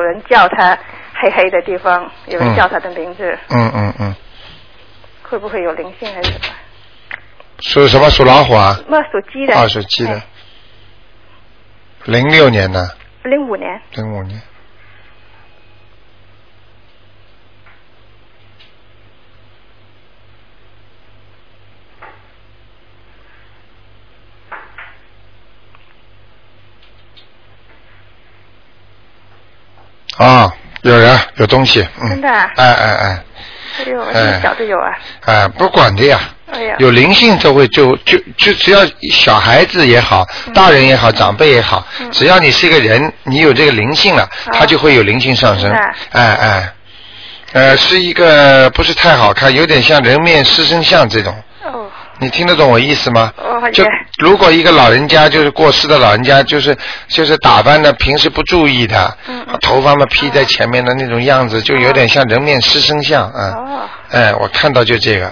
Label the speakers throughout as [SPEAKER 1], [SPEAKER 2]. [SPEAKER 1] 人叫他黑黑的地方，有人叫他的名字，
[SPEAKER 2] 嗯嗯嗯，
[SPEAKER 1] 会不会有灵性还是什么？
[SPEAKER 2] 属什么？属老虎啊？
[SPEAKER 1] 那属鸡的，哎
[SPEAKER 2] 啊，属鸡的。零六年的，
[SPEAKER 1] 零五年，
[SPEAKER 2] 零五年。啊，有人有东西，嗯，
[SPEAKER 1] 真的啊
[SPEAKER 2] 哎哎哎
[SPEAKER 1] 哎呦，
[SPEAKER 2] 哎
[SPEAKER 1] 这么小就有啊，
[SPEAKER 2] 哎，不管的呀，
[SPEAKER 1] 哎呀，
[SPEAKER 2] 有灵性就会就就就只要小孩子也好，
[SPEAKER 1] 嗯
[SPEAKER 2] 大人也好，长辈也好，只要你是一个人，你有这个灵性了，他就会有灵性上升。
[SPEAKER 1] 哦明
[SPEAKER 2] 哎
[SPEAKER 1] 白
[SPEAKER 2] 哎，呃，是一个不是太好看，有点像人面狮身像这种。
[SPEAKER 1] 哦，
[SPEAKER 2] 你听得懂我意思吗？
[SPEAKER 1] 哦
[SPEAKER 2] 就
[SPEAKER 1] 也
[SPEAKER 2] 如果一个老人家就是过世的老人家，就是就是打扮的平时不注意的，
[SPEAKER 1] 嗯嗯
[SPEAKER 2] 头发嘛披在前面的那种样子，就有点像人面狮身像啊。
[SPEAKER 1] 哦
[SPEAKER 2] 哎，我看到就这个，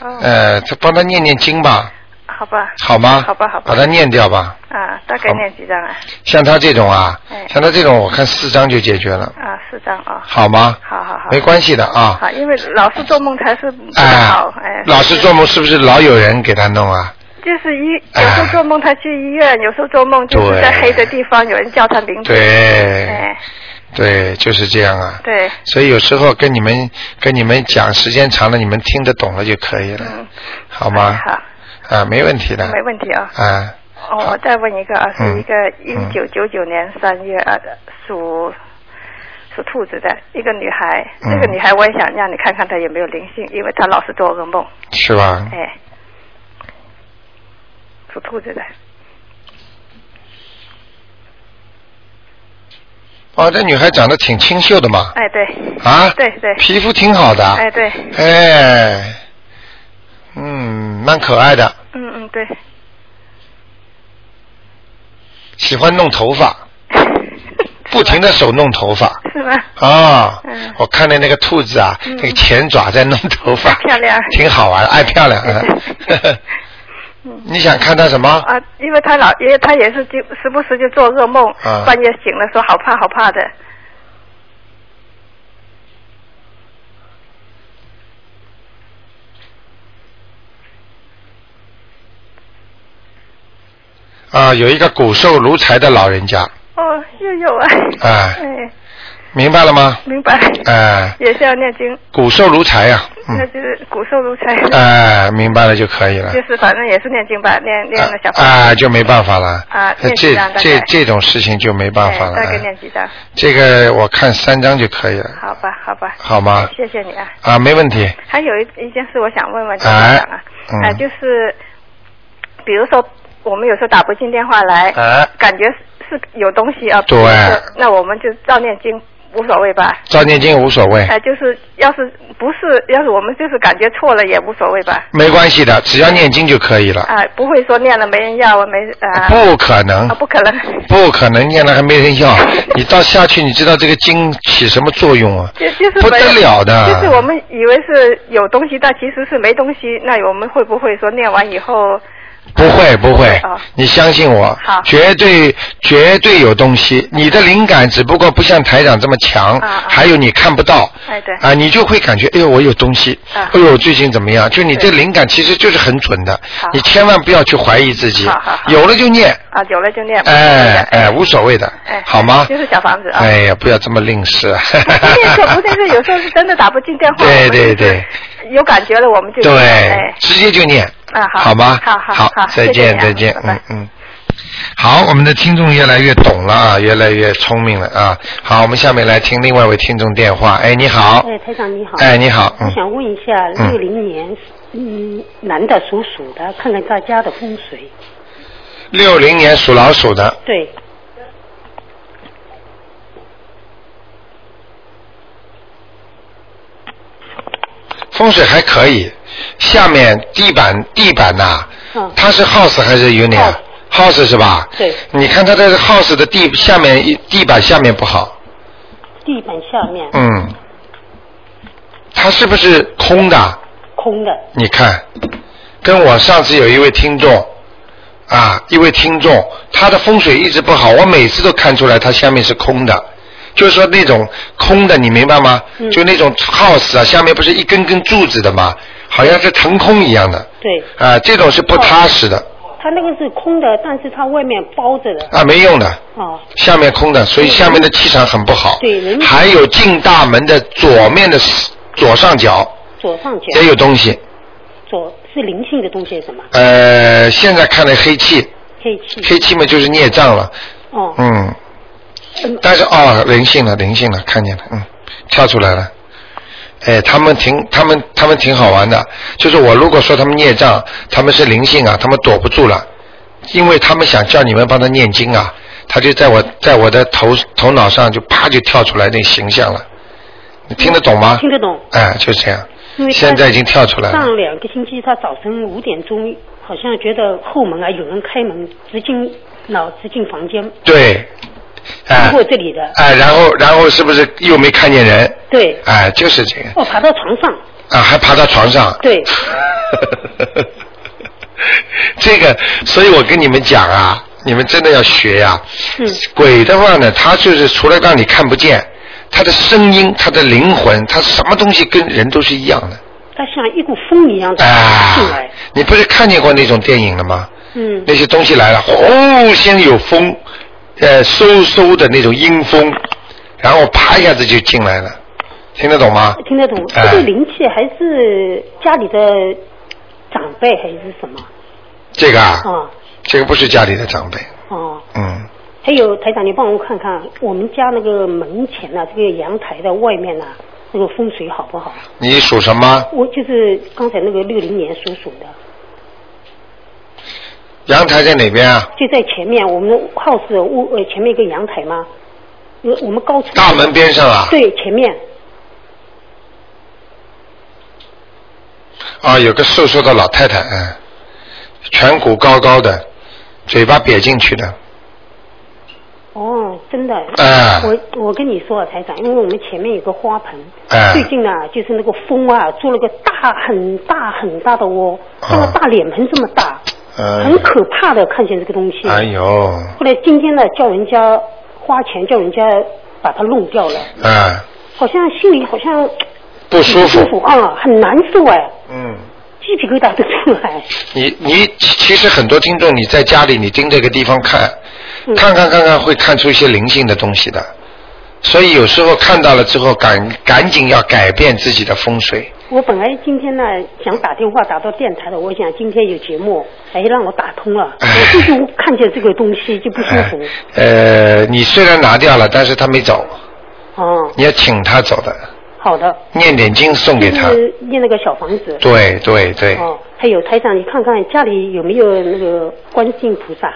[SPEAKER 1] 哦，
[SPEAKER 2] 呃，他帮他念念经吧，
[SPEAKER 1] 好吧，
[SPEAKER 2] 好吗？
[SPEAKER 1] 好吧好吧
[SPEAKER 2] 把它念掉吧。
[SPEAKER 1] 啊，大概
[SPEAKER 2] 好
[SPEAKER 1] 念几张啊？
[SPEAKER 2] 像他这种啊，
[SPEAKER 1] 哎
[SPEAKER 2] 像他这种，我看四张就解决了，
[SPEAKER 1] 啊，四张啊，
[SPEAKER 2] 好吗？
[SPEAKER 1] 好好好，
[SPEAKER 2] 没关系的啊。
[SPEAKER 1] 好，因为老是做梦才是不太好，哎
[SPEAKER 2] 哎，，老是做梦是不是老有人给他弄啊？
[SPEAKER 1] 就是医，有时候做梦他去医院，有时候做梦就是在黑的地方有人叫他名字。
[SPEAKER 2] 对
[SPEAKER 1] 嗯哎，
[SPEAKER 2] 对，就是这样啊。
[SPEAKER 1] 对，
[SPEAKER 2] 所以有时候跟你们跟你们讲，时间长了你们听得懂了就可以了，
[SPEAKER 1] 嗯，
[SPEAKER 2] 好吗？
[SPEAKER 1] 好，
[SPEAKER 2] 啊，没问题的。
[SPEAKER 1] 没问题啊。
[SPEAKER 2] 啊，
[SPEAKER 1] 哦，我再问一个啊，是
[SPEAKER 2] 嗯
[SPEAKER 1] 一个一九九九年三月啊，属属兔子的一个女孩。
[SPEAKER 2] 嗯
[SPEAKER 1] 这个女孩我也想让你看看她有没有灵性，因为她老是做噩梦。
[SPEAKER 2] 是吧？
[SPEAKER 1] 哎，属兔子的，
[SPEAKER 2] 啊哦，这女孩长得挺清秀的嘛。
[SPEAKER 1] 哎对，
[SPEAKER 2] 啊？
[SPEAKER 1] 对对
[SPEAKER 2] 皮肤挺好的。
[SPEAKER 1] 哎对，
[SPEAKER 2] 哎，嗯，蛮可爱的，
[SPEAKER 1] 嗯嗯对，
[SPEAKER 2] 喜欢弄头发， 不停的手弄头发。
[SPEAKER 1] 是吗？
[SPEAKER 2] 啊、
[SPEAKER 1] 嗯
[SPEAKER 2] 我看见那个兔子啊，
[SPEAKER 1] 嗯
[SPEAKER 2] 那个前爪在弄头发，
[SPEAKER 1] 漂 亮
[SPEAKER 2] 挺好玩，爱漂亮。啊
[SPEAKER 1] 对对
[SPEAKER 2] 你想看它什么？
[SPEAKER 1] 啊，因为他老爷他也是就时不时就做噩梦，
[SPEAKER 2] 啊
[SPEAKER 1] 半夜醒了说好怕好怕的。
[SPEAKER 2] 啊，有一个骨瘦如柴的老人家，
[SPEAKER 1] 哦，又有啊。
[SPEAKER 2] 哎
[SPEAKER 1] 哎，
[SPEAKER 2] 明白了吗？
[SPEAKER 1] 明白。
[SPEAKER 2] 哎、
[SPEAKER 1] 也是要念经，
[SPEAKER 2] 骨瘦如柴呀、嗯
[SPEAKER 1] 那，就是骨瘦如柴，
[SPEAKER 2] 哎、明白了就可以了。
[SPEAKER 1] 就是反正也是念经吧，念念了小房
[SPEAKER 2] 啊、
[SPEAKER 1] 子。哎
[SPEAKER 2] 就没办法了。
[SPEAKER 1] 啊
[SPEAKER 2] 那
[SPEAKER 1] 念几
[SPEAKER 2] 这
[SPEAKER 1] 张大概
[SPEAKER 2] 这这种事情就没办
[SPEAKER 1] 哎
[SPEAKER 2] 法了。
[SPEAKER 1] 大概
[SPEAKER 2] 哎
[SPEAKER 1] 念几张？
[SPEAKER 2] 这个我看三张就可以了，
[SPEAKER 1] 好吧，好吧。
[SPEAKER 2] 好吗？
[SPEAKER 1] 谢谢你啊。
[SPEAKER 2] 啊，没问题。
[SPEAKER 1] 还有一一件事，我想问问
[SPEAKER 2] 哎
[SPEAKER 1] 家长啊，
[SPEAKER 2] 嗯
[SPEAKER 1] 哎就是比如说我们有时候打不进电话来，
[SPEAKER 2] 哎
[SPEAKER 1] 感觉是是有东西啊，
[SPEAKER 2] 对
[SPEAKER 1] 比如说那我们就照念经，无所谓吧。
[SPEAKER 2] 照念经无所谓，
[SPEAKER 1] 哎，就是要是不是，要是我们就是感觉错了也无所谓吧。
[SPEAKER 2] 没关系的，只要念经就可以了。
[SPEAKER 1] 啊，不会说念了没人要啊，没啊，
[SPEAKER 2] 不嗯可能
[SPEAKER 1] 啊，，不可能，
[SPEAKER 2] 不可能念了还没人要。你到下去，你知道这个经起什么作用啊？
[SPEAKER 1] 就就是
[SPEAKER 2] 不
[SPEAKER 1] 没
[SPEAKER 2] 得了的
[SPEAKER 1] 就是我们以为是有东西，但其实是没东西。那我们会不会说念完以后？
[SPEAKER 2] 不会不会
[SPEAKER 1] 啊，
[SPEAKER 2] 你相信我
[SPEAKER 1] 好，
[SPEAKER 2] 绝对绝对有东西。你的灵感只不过不像台长这么强
[SPEAKER 1] 啊啊，
[SPEAKER 2] 还有你看不到。
[SPEAKER 1] 哎 对
[SPEAKER 2] 啊，你就会感觉，哎呦，我有东西，
[SPEAKER 1] 啊
[SPEAKER 2] 哎呦，最近怎么样？就你这灵感其实就是很准的
[SPEAKER 1] 好，
[SPEAKER 2] 你千万不要去怀疑自己
[SPEAKER 1] 好好，好
[SPEAKER 2] 有了就念，
[SPEAKER 1] 啊，有了就念，
[SPEAKER 2] 哎
[SPEAKER 1] 哎
[SPEAKER 2] 哎，无所谓的
[SPEAKER 1] 哎，，
[SPEAKER 2] 好吗？
[SPEAKER 1] 就是小房子啊。
[SPEAKER 2] 哎呀，不要这么吝啬。
[SPEAKER 1] 不念可不念，是有时候是真的打不进电话。
[SPEAKER 2] 对
[SPEAKER 1] 我们就是
[SPEAKER 2] 对对，
[SPEAKER 1] 有感觉了我们就
[SPEAKER 2] 对
[SPEAKER 1] 哎，，
[SPEAKER 2] 直接就念，
[SPEAKER 1] 啊好，
[SPEAKER 2] 好吗？
[SPEAKER 1] 好好谢
[SPEAKER 2] 再
[SPEAKER 1] 谢
[SPEAKER 2] 见
[SPEAKER 1] 你啊
[SPEAKER 2] 再见
[SPEAKER 1] 拜，
[SPEAKER 2] 嗯
[SPEAKER 1] 拜。
[SPEAKER 2] 嗯。好，我们的听众越来越懂了啊，越来越聪明了啊。好，我们下面来听另外一位听众电话。哎，你好，
[SPEAKER 3] 哎，台长你好。
[SPEAKER 2] 哎，你好，
[SPEAKER 3] 我
[SPEAKER 2] 嗯，
[SPEAKER 3] 想问一下，
[SPEAKER 2] 嗯
[SPEAKER 3] 六零年，嗯，男的属鼠的，看看他家的风水。
[SPEAKER 2] 六零年属老鼠的，
[SPEAKER 3] 对，
[SPEAKER 2] 风水还可以。下面地板地板呐、
[SPEAKER 3] 嗯
[SPEAKER 2] 它是 house 还是 u n i o house 是吧？
[SPEAKER 3] 对
[SPEAKER 2] 你看它的 house 的地下面一地板下面不好，
[SPEAKER 3] 地板下面
[SPEAKER 2] 嗯，它是不是空的？
[SPEAKER 3] 空的，
[SPEAKER 2] 你看，跟我上次有一位听众啊，一位听众，他的风水一直不好，我每次都看出来他下面是空的，就是说那种空的，你明白吗？就那种 house 啊，下面不是一根根柱子的吗？好像是腾空一样的。
[SPEAKER 3] 对，
[SPEAKER 2] 啊，这种是不踏实的
[SPEAKER 3] 它那个是空的，但是它外面包着的。
[SPEAKER 2] 啊，没用的，
[SPEAKER 3] 哦，
[SPEAKER 2] 下面空的，所以下面的气场很不好。
[SPEAKER 3] 对人
[SPEAKER 2] 还有进大门的左面的左上角
[SPEAKER 3] 左上角
[SPEAKER 2] 也有东西，
[SPEAKER 3] 左是灵性的东西是什么？
[SPEAKER 2] 呃，现在看来黑气，
[SPEAKER 3] 黑气。
[SPEAKER 2] 黑气嘛就是孽障了，
[SPEAKER 3] 哦，
[SPEAKER 2] 嗯，
[SPEAKER 3] 嗯
[SPEAKER 2] 但是哦，灵性了，灵性了，看见了，嗯，跳出来了。哎，他们挺，他们他们挺好玩的。就是我如果说他们孽障，他们是灵性啊，他们躲不住了，因为他们想叫你们帮他念经啊，他就在我在我的头头脑上就啪就跳出来那形象了。你听得懂吗？
[SPEAKER 3] 听得懂。
[SPEAKER 2] 哎，就这样。
[SPEAKER 3] 因为他
[SPEAKER 2] 现在已经跳出来了。
[SPEAKER 3] 上两个星期，他早晨五点钟，好像觉得后门啊有人开门，直进脑直进房间，
[SPEAKER 2] 对，
[SPEAKER 3] 经
[SPEAKER 2] 哎
[SPEAKER 3] 过这里的。
[SPEAKER 2] 哎，然后然后是不是又没看见人？
[SPEAKER 3] 对，
[SPEAKER 2] 哎，就是这个
[SPEAKER 3] 哦，爬到床上。
[SPEAKER 2] 啊，还爬到床上。
[SPEAKER 3] 对，
[SPEAKER 2] 这个，所以我跟你们讲啊，你们真的要学呀、
[SPEAKER 3] 嗯，
[SPEAKER 2] 鬼的话呢，它就是除了让你看不见，它的声音、它的灵魂、它什么东西跟人都是一样的。
[SPEAKER 3] 他像一股风一样的
[SPEAKER 2] 啊
[SPEAKER 3] 进来。，
[SPEAKER 2] 你不是看见过那种电影了吗？
[SPEAKER 3] 嗯
[SPEAKER 2] 那些东西来了，呼，先有风，呃，嗖嗖的那种阴风，然后啪一下子就进来了，听得懂吗？
[SPEAKER 3] 听得懂。
[SPEAKER 2] 哎
[SPEAKER 3] 这个灵气还是家里的长辈还是什么？
[SPEAKER 2] 这个啊，
[SPEAKER 3] 啊
[SPEAKER 2] 这个不是家里的长辈，
[SPEAKER 3] 哦。
[SPEAKER 2] 嗯。
[SPEAKER 3] 还有台长，你帮我看看我们家那个门前啊呐、这个阳台的外面呐、那个风水好不好？
[SPEAKER 2] 你属什么？
[SPEAKER 3] 我就是刚才那个六零年属鼠的，
[SPEAKER 2] 阳台在哪边啊？
[SPEAKER 3] 就在前面，我们 house 的屋呃前面一个阳台嘛，呃我们高层
[SPEAKER 2] 大门边上啊？
[SPEAKER 3] 对前面
[SPEAKER 2] 啊，有个瘦瘦的老太太，嗯，颧骨高高的，嘴巴瘪进去的，
[SPEAKER 3] 哦，真的，
[SPEAKER 2] 哎
[SPEAKER 3] 我我跟你说啊，台长，因为我们前面有个花盆，
[SPEAKER 2] 哎
[SPEAKER 3] 最近啊，就是那个风啊，做了个大很大很大的窝，
[SPEAKER 2] 啊
[SPEAKER 3] 那个大脸盆这么大，
[SPEAKER 2] 嗯、
[SPEAKER 3] 很可怕的，看见这个东西。
[SPEAKER 2] 哎呦，
[SPEAKER 3] 后来今天呢，叫人家花钱叫人家把它弄掉了，
[SPEAKER 2] 啊，
[SPEAKER 3] 好像心里好像
[SPEAKER 2] 不舒
[SPEAKER 3] 不舒
[SPEAKER 2] 服，
[SPEAKER 3] 服啊，很难受哎，
[SPEAKER 2] 嗯。
[SPEAKER 3] 鸡皮疙瘩都出来。
[SPEAKER 2] 你你其其实很多听众，你在家里你盯这个地方看，
[SPEAKER 3] 嗯
[SPEAKER 2] 看看看看会看出一些灵性的东西的，所以有时候看到了之后赶赶紧要改变自己的风水，
[SPEAKER 3] 我本来今天呢想打电话打到电台的，我想今天有节目，哎让我打通了，
[SPEAKER 2] 哎
[SPEAKER 3] 我就是看见这个东西就不舒
[SPEAKER 2] 哎
[SPEAKER 3] 服，
[SPEAKER 2] 呃，你虽然拿掉了，但是他没走，
[SPEAKER 3] 哦，
[SPEAKER 2] 你要请他走的，
[SPEAKER 3] 好的，
[SPEAKER 2] 念点经送给
[SPEAKER 3] 就
[SPEAKER 2] 他。
[SPEAKER 3] 是念那个小房子，
[SPEAKER 2] 对对对，
[SPEAKER 3] 哦，还有台长，你看看家里有没有那个观世音菩萨，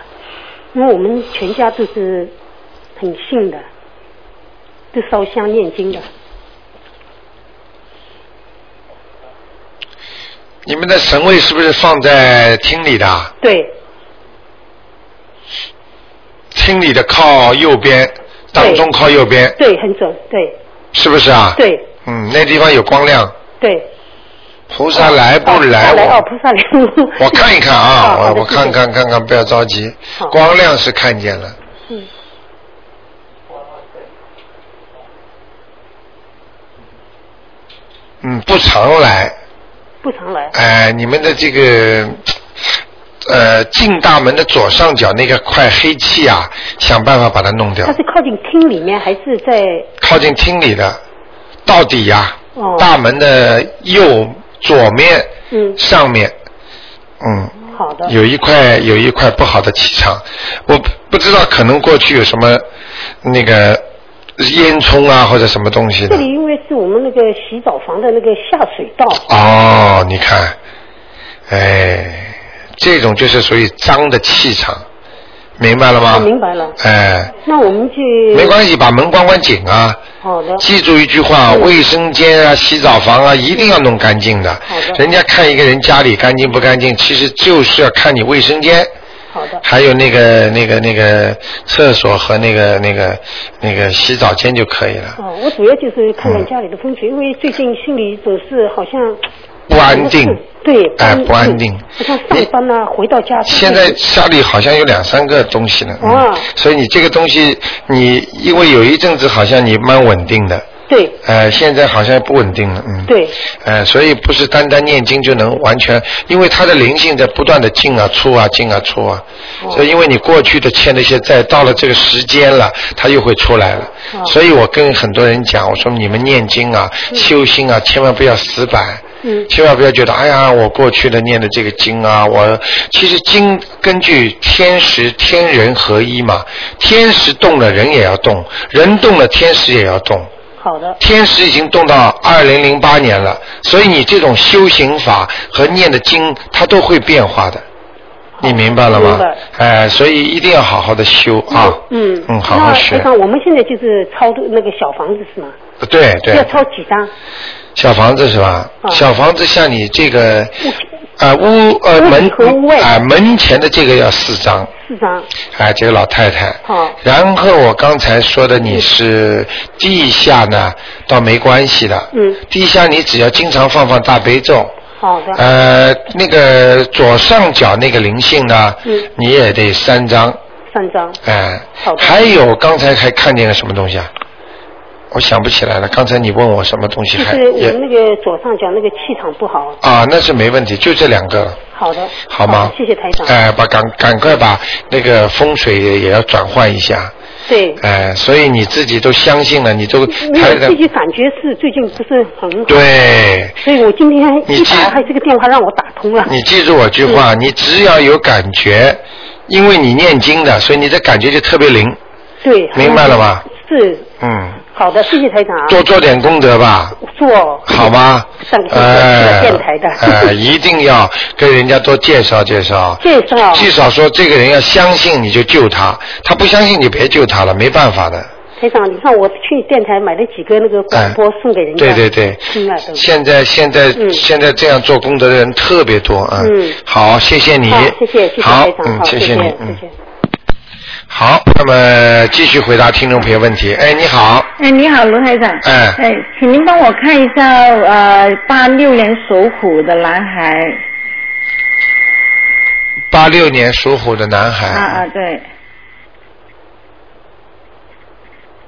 [SPEAKER 3] 因为我们全家都是很信的，都烧香念经的，
[SPEAKER 2] 你们的神位是不是放在厅里的啊？
[SPEAKER 3] 对，
[SPEAKER 2] 厅里的靠右边，当中靠右边，
[SPEAKER 3] 对，很准，对，
[SPEAKER 2] 是不是啊？。
[SPEAKER 3] 对，
[SPEAKER 2] 嗯，那地方有光亮，
[SPEAKER 3] 对。
[SPEAKER 2] 菩萨来不来？
[SPEAKER 3] 哦来
[SPEAKER 2] 我
[SPEAKER 3] 哦，菩萨来。
[SPEAKER 2] 我看一看
[SPEAKER 3] 好
[SPEAKER 2] 啊，
[SPEAKER 3] 好
[SPEAKER 2] 我
[SPEAKER 3] 的
[SPEAKER 2] 我
[SPEAKER 3] 谢谢
[SPEAKER 2] 看看看看，不要着急
[SPEAKER 3] 好。
[SPEAKER 2] 光亮是看见了，
[SPEAKER 3] 嗯，
[SPEAKER 2] 嗯，不常来。
[SPEAKER 3] 不常来。
[SPEAKER 2] 哎，你们的这个呃进大门的左上角那个块黑气啊，想办法把它弄掉
[SPEAKER 3] 他。是靠近厅里面，还是在
[SPEAKER 2] 靠近厅里的，到底呀、
[SPEAKER 3] 哦
[SPEAKER 2] 大门的右左面
[SPEAKER 3] 嗯？
[SPEAKER 2] 上面，嗯，
[SPEAKER 3] 好的。
[SPEAKER 2] 有一块有一块不好的气场，我不不知道可能过去有什么那个烟囱啊或者什么东西的。
[SPEAKER 3] 这里因为是我们那个洗澡房的那个下水道，
[SPEAKER 2] 哦，你看，哎，这种就是属于脏的气场，明白了吗？
[SPEAKER 3] 我啊明白了。
[SPEAKER 2] 哎，
[SPEAKER 3] 那我们就
[SPEAKER 2] 没关系，把门关关紧啊。
[SPEAKER 3] 好的，
[SPEAKER 2] 记住一句话：
[SPEAKER 3] 嗯
[SPEAKER 2] 卫生间啊、洗澡房啊，一定要弄干净的。
[SPEAKER 3] 好的
[SPEAKER 2] 人家看一个人家里干净不干净，其实就是要看你卫生间，
[SPEAKER 3] 好的，
[SPEAKER 2] 还有那个、那个、那个厕所和那个、那个、那个洗澡
[SPEAKER 3] 嗯啊
[SPEAKER 2] 间就可以了。嗯
[SPEAKER 3] 哦，我主要就是看看家里的风水，因为最近心里总是好像
[SPEAKER 2] 不安定
[SPEAKER 3] 是对，
[SPEAKER 2] 哎不安定
[SPEAKER 3] 好像上班呢，回到家就是
[SPEAKER 2] 现在家里好像有两三个东西呢，嗯
[SPEAKER 3] 哦，
[SPEAKER 2] 所以你这个东西，你因为有一阵子好像你蛮稳定的，
[SPEAKER 3] 对
[SPEAKER 2] 呃，现在好像不稳定了，嗯，，
[SPEAKER 3] 对
[SPEAKER 2] 呃，所以不是单单念经就能完全，因为它的灵性在不断的进啊出啊进啊出啊，
[SPEAKER 3] 哦
[SPEAKER 2] 所以因为你过去的欠那些债，到了这个时间了，它又会出来了，
[SPEAKER 3] 哦
[SPEAKER 2] 所以我跟很多人讲，我说你们念经啊、修心啊，千万不要死板，
[SPEAKER 3] 嗯
[SPEAKER 2] 千万不要觉得，哎呀，我过去的念的这个经啊，我其实经根据天时天人合一嘛，天时动了人也要动，人动了天时也要动，
[SPEAKER 3] 好的
[SPEAKER 2] 天时已经动到二零零八年了，所以你这种修行法和念的经，它都会变化的，你明白了吗
[SPEAKER 3] 明白？
[SPEAKER 2] 哎，所以一定要好好的修啊，
[SPEAKER 3] 嗯
[SPEAKER 2] 嗯，好好
[SPEAKER 3] 那
[SPEAKER 2] 学
[SPEAKER 3] 台，长我们现在就是超度那个小房子是吗？
[SPEAKER 2] 对对
[SPEAKER 3] 要，超几张？
[SPEAKER 2] 小房子是吧？
[SPEAKER 3] 啊
[SPEAKER 2] 小房子像你这个。啊、屋呃
[SPEAKER 3] 屋
[SPEAKER 2] 门
[SPEAKER 3] 里和屋外
[SPEAKER 2] 啊、门前的这个要四张，
[SPEAKER 3] 四张。
[SPEAKER 2] 啊，这个老太太。
[SPEAKER 3] 好
[SPEAKER 2] 然后我刚才说的你是地下呢，倒没关系的。
[SPEAKER 3] 嗯
[SPEAKER 2] 地下你只要经常放放大悲咒。
[SPEAKER 3] 好的。
[SPEAKER 2] 呃，那个左上角那个灵性呢，
[SPEAKER 3] 嗯
[SPEAKER 2] 你也得三张，
[SPEAKER 3] 三张。
[SPEAKER 2] 哎、
[SPEAKER 3] 好的
[SPEAKER 2] 还有刚才还看见了什么东西啊？我想不起来了，刚才你问我什么东西
[SPEAKER 3] 就
[SPEAKER 2] 还
[SPEAKER 3] 是我
[SPEAKER 2] 也
[SPEAKER 3] 们那个左上角那个气场不好。
[SPEAKER 2] 啊，那是没问题，就这两个了。
[SPEAKER 3] 好的。
[SPEAKER 2] 好吗？
[SPEAKER 3] 的谢谢台长。
[SPEAKER 2] 哎、把赶赶快把那个风水也也要转换一下。
[SPEAKER 3] 对。
[SPEAKER 2] 哎、所以你自己都相信了，你都
[SPEAKER 3] 没
[SPEAKER 2] 哎台
[SPEAKER 3] 有，
[SPEAKER 2] 长
[SPEAKER 3] 自己感觉是最近不是很好，
[SPEAKER 2] 对，
[SPEAKER 3] 所以我今天
[SPEAKER 2] 你
[SPEAKER 3] 一
[SPEAKER 2] 记
[SPEAKER 3] 打开这个电话让我打通了。
[SPEAKER 2] 你记住我句话，你只要有感觉，因为你念经的，所以你的感觉就特别灵，
[SPEAKER 3] 对。
[SPEAKER 2] 明白了吧？
[SPEAKER 3] 是
[SPEAKER 2] 嗯，
[SPEAKER 3] 好的，谢谢台长啊。
[SPEAKER 2] 多做点功德吧。
[SPEAKER 3] 做。
[SPEAKER 2] 好吗？
[SPEAKER 3] 上个星期
[SPEAKER 2] 哎
[SPEAKER 3] 来电台的
[SPEAKER 2] 哎， 一定要跟人家多介绍介绍。
[SPEAKER 3] 介绍
[SPEAKER 2] 至少说这个人要相信你就救他，他不相信你别救他了，没办法的。
[SPEAKER 3] 台长，你看我去电台买了几个那个广播送给人家，
[SPEAKER 2] 对哎对对
[SPEAKER 3] 听了都，。
[SPEAKER 2] 现在现在、
[SPEAKER 3] 嗯
[SPEAKER 2] 现在这样做功德的人特别多啊。
[SPEAKER 3] 嗯
[SPEAKER 2] 好，谢谢你
[SPEAKER 3] 好，。谢谢，谢谢
[SPEAKER 2] 好
[SPEAKER 3] 台，长，
[SPEAKER 2] 嗯，
[SPEAKER 3] 好，
[SPEAKER 2] 谢
[SPEAKER 3] 谢谢，
[SPEAKER 2] 你，嗯
[SPEAKER 3] 谢。谢。
[SPEAKER 2] 好，那么继续回答听众朋友问题。哎，你好，
[SPEAKER 4] 哎，你好，卢台长。
[SPEAKER 2] 哎
[SPEAKER 4] 哎，请您帮我看一下，呃，八六年属虎的男孩。
[SPEAKER 2] 八六年属虎的男孩，
[SPEAKER 4] 啊啊，对，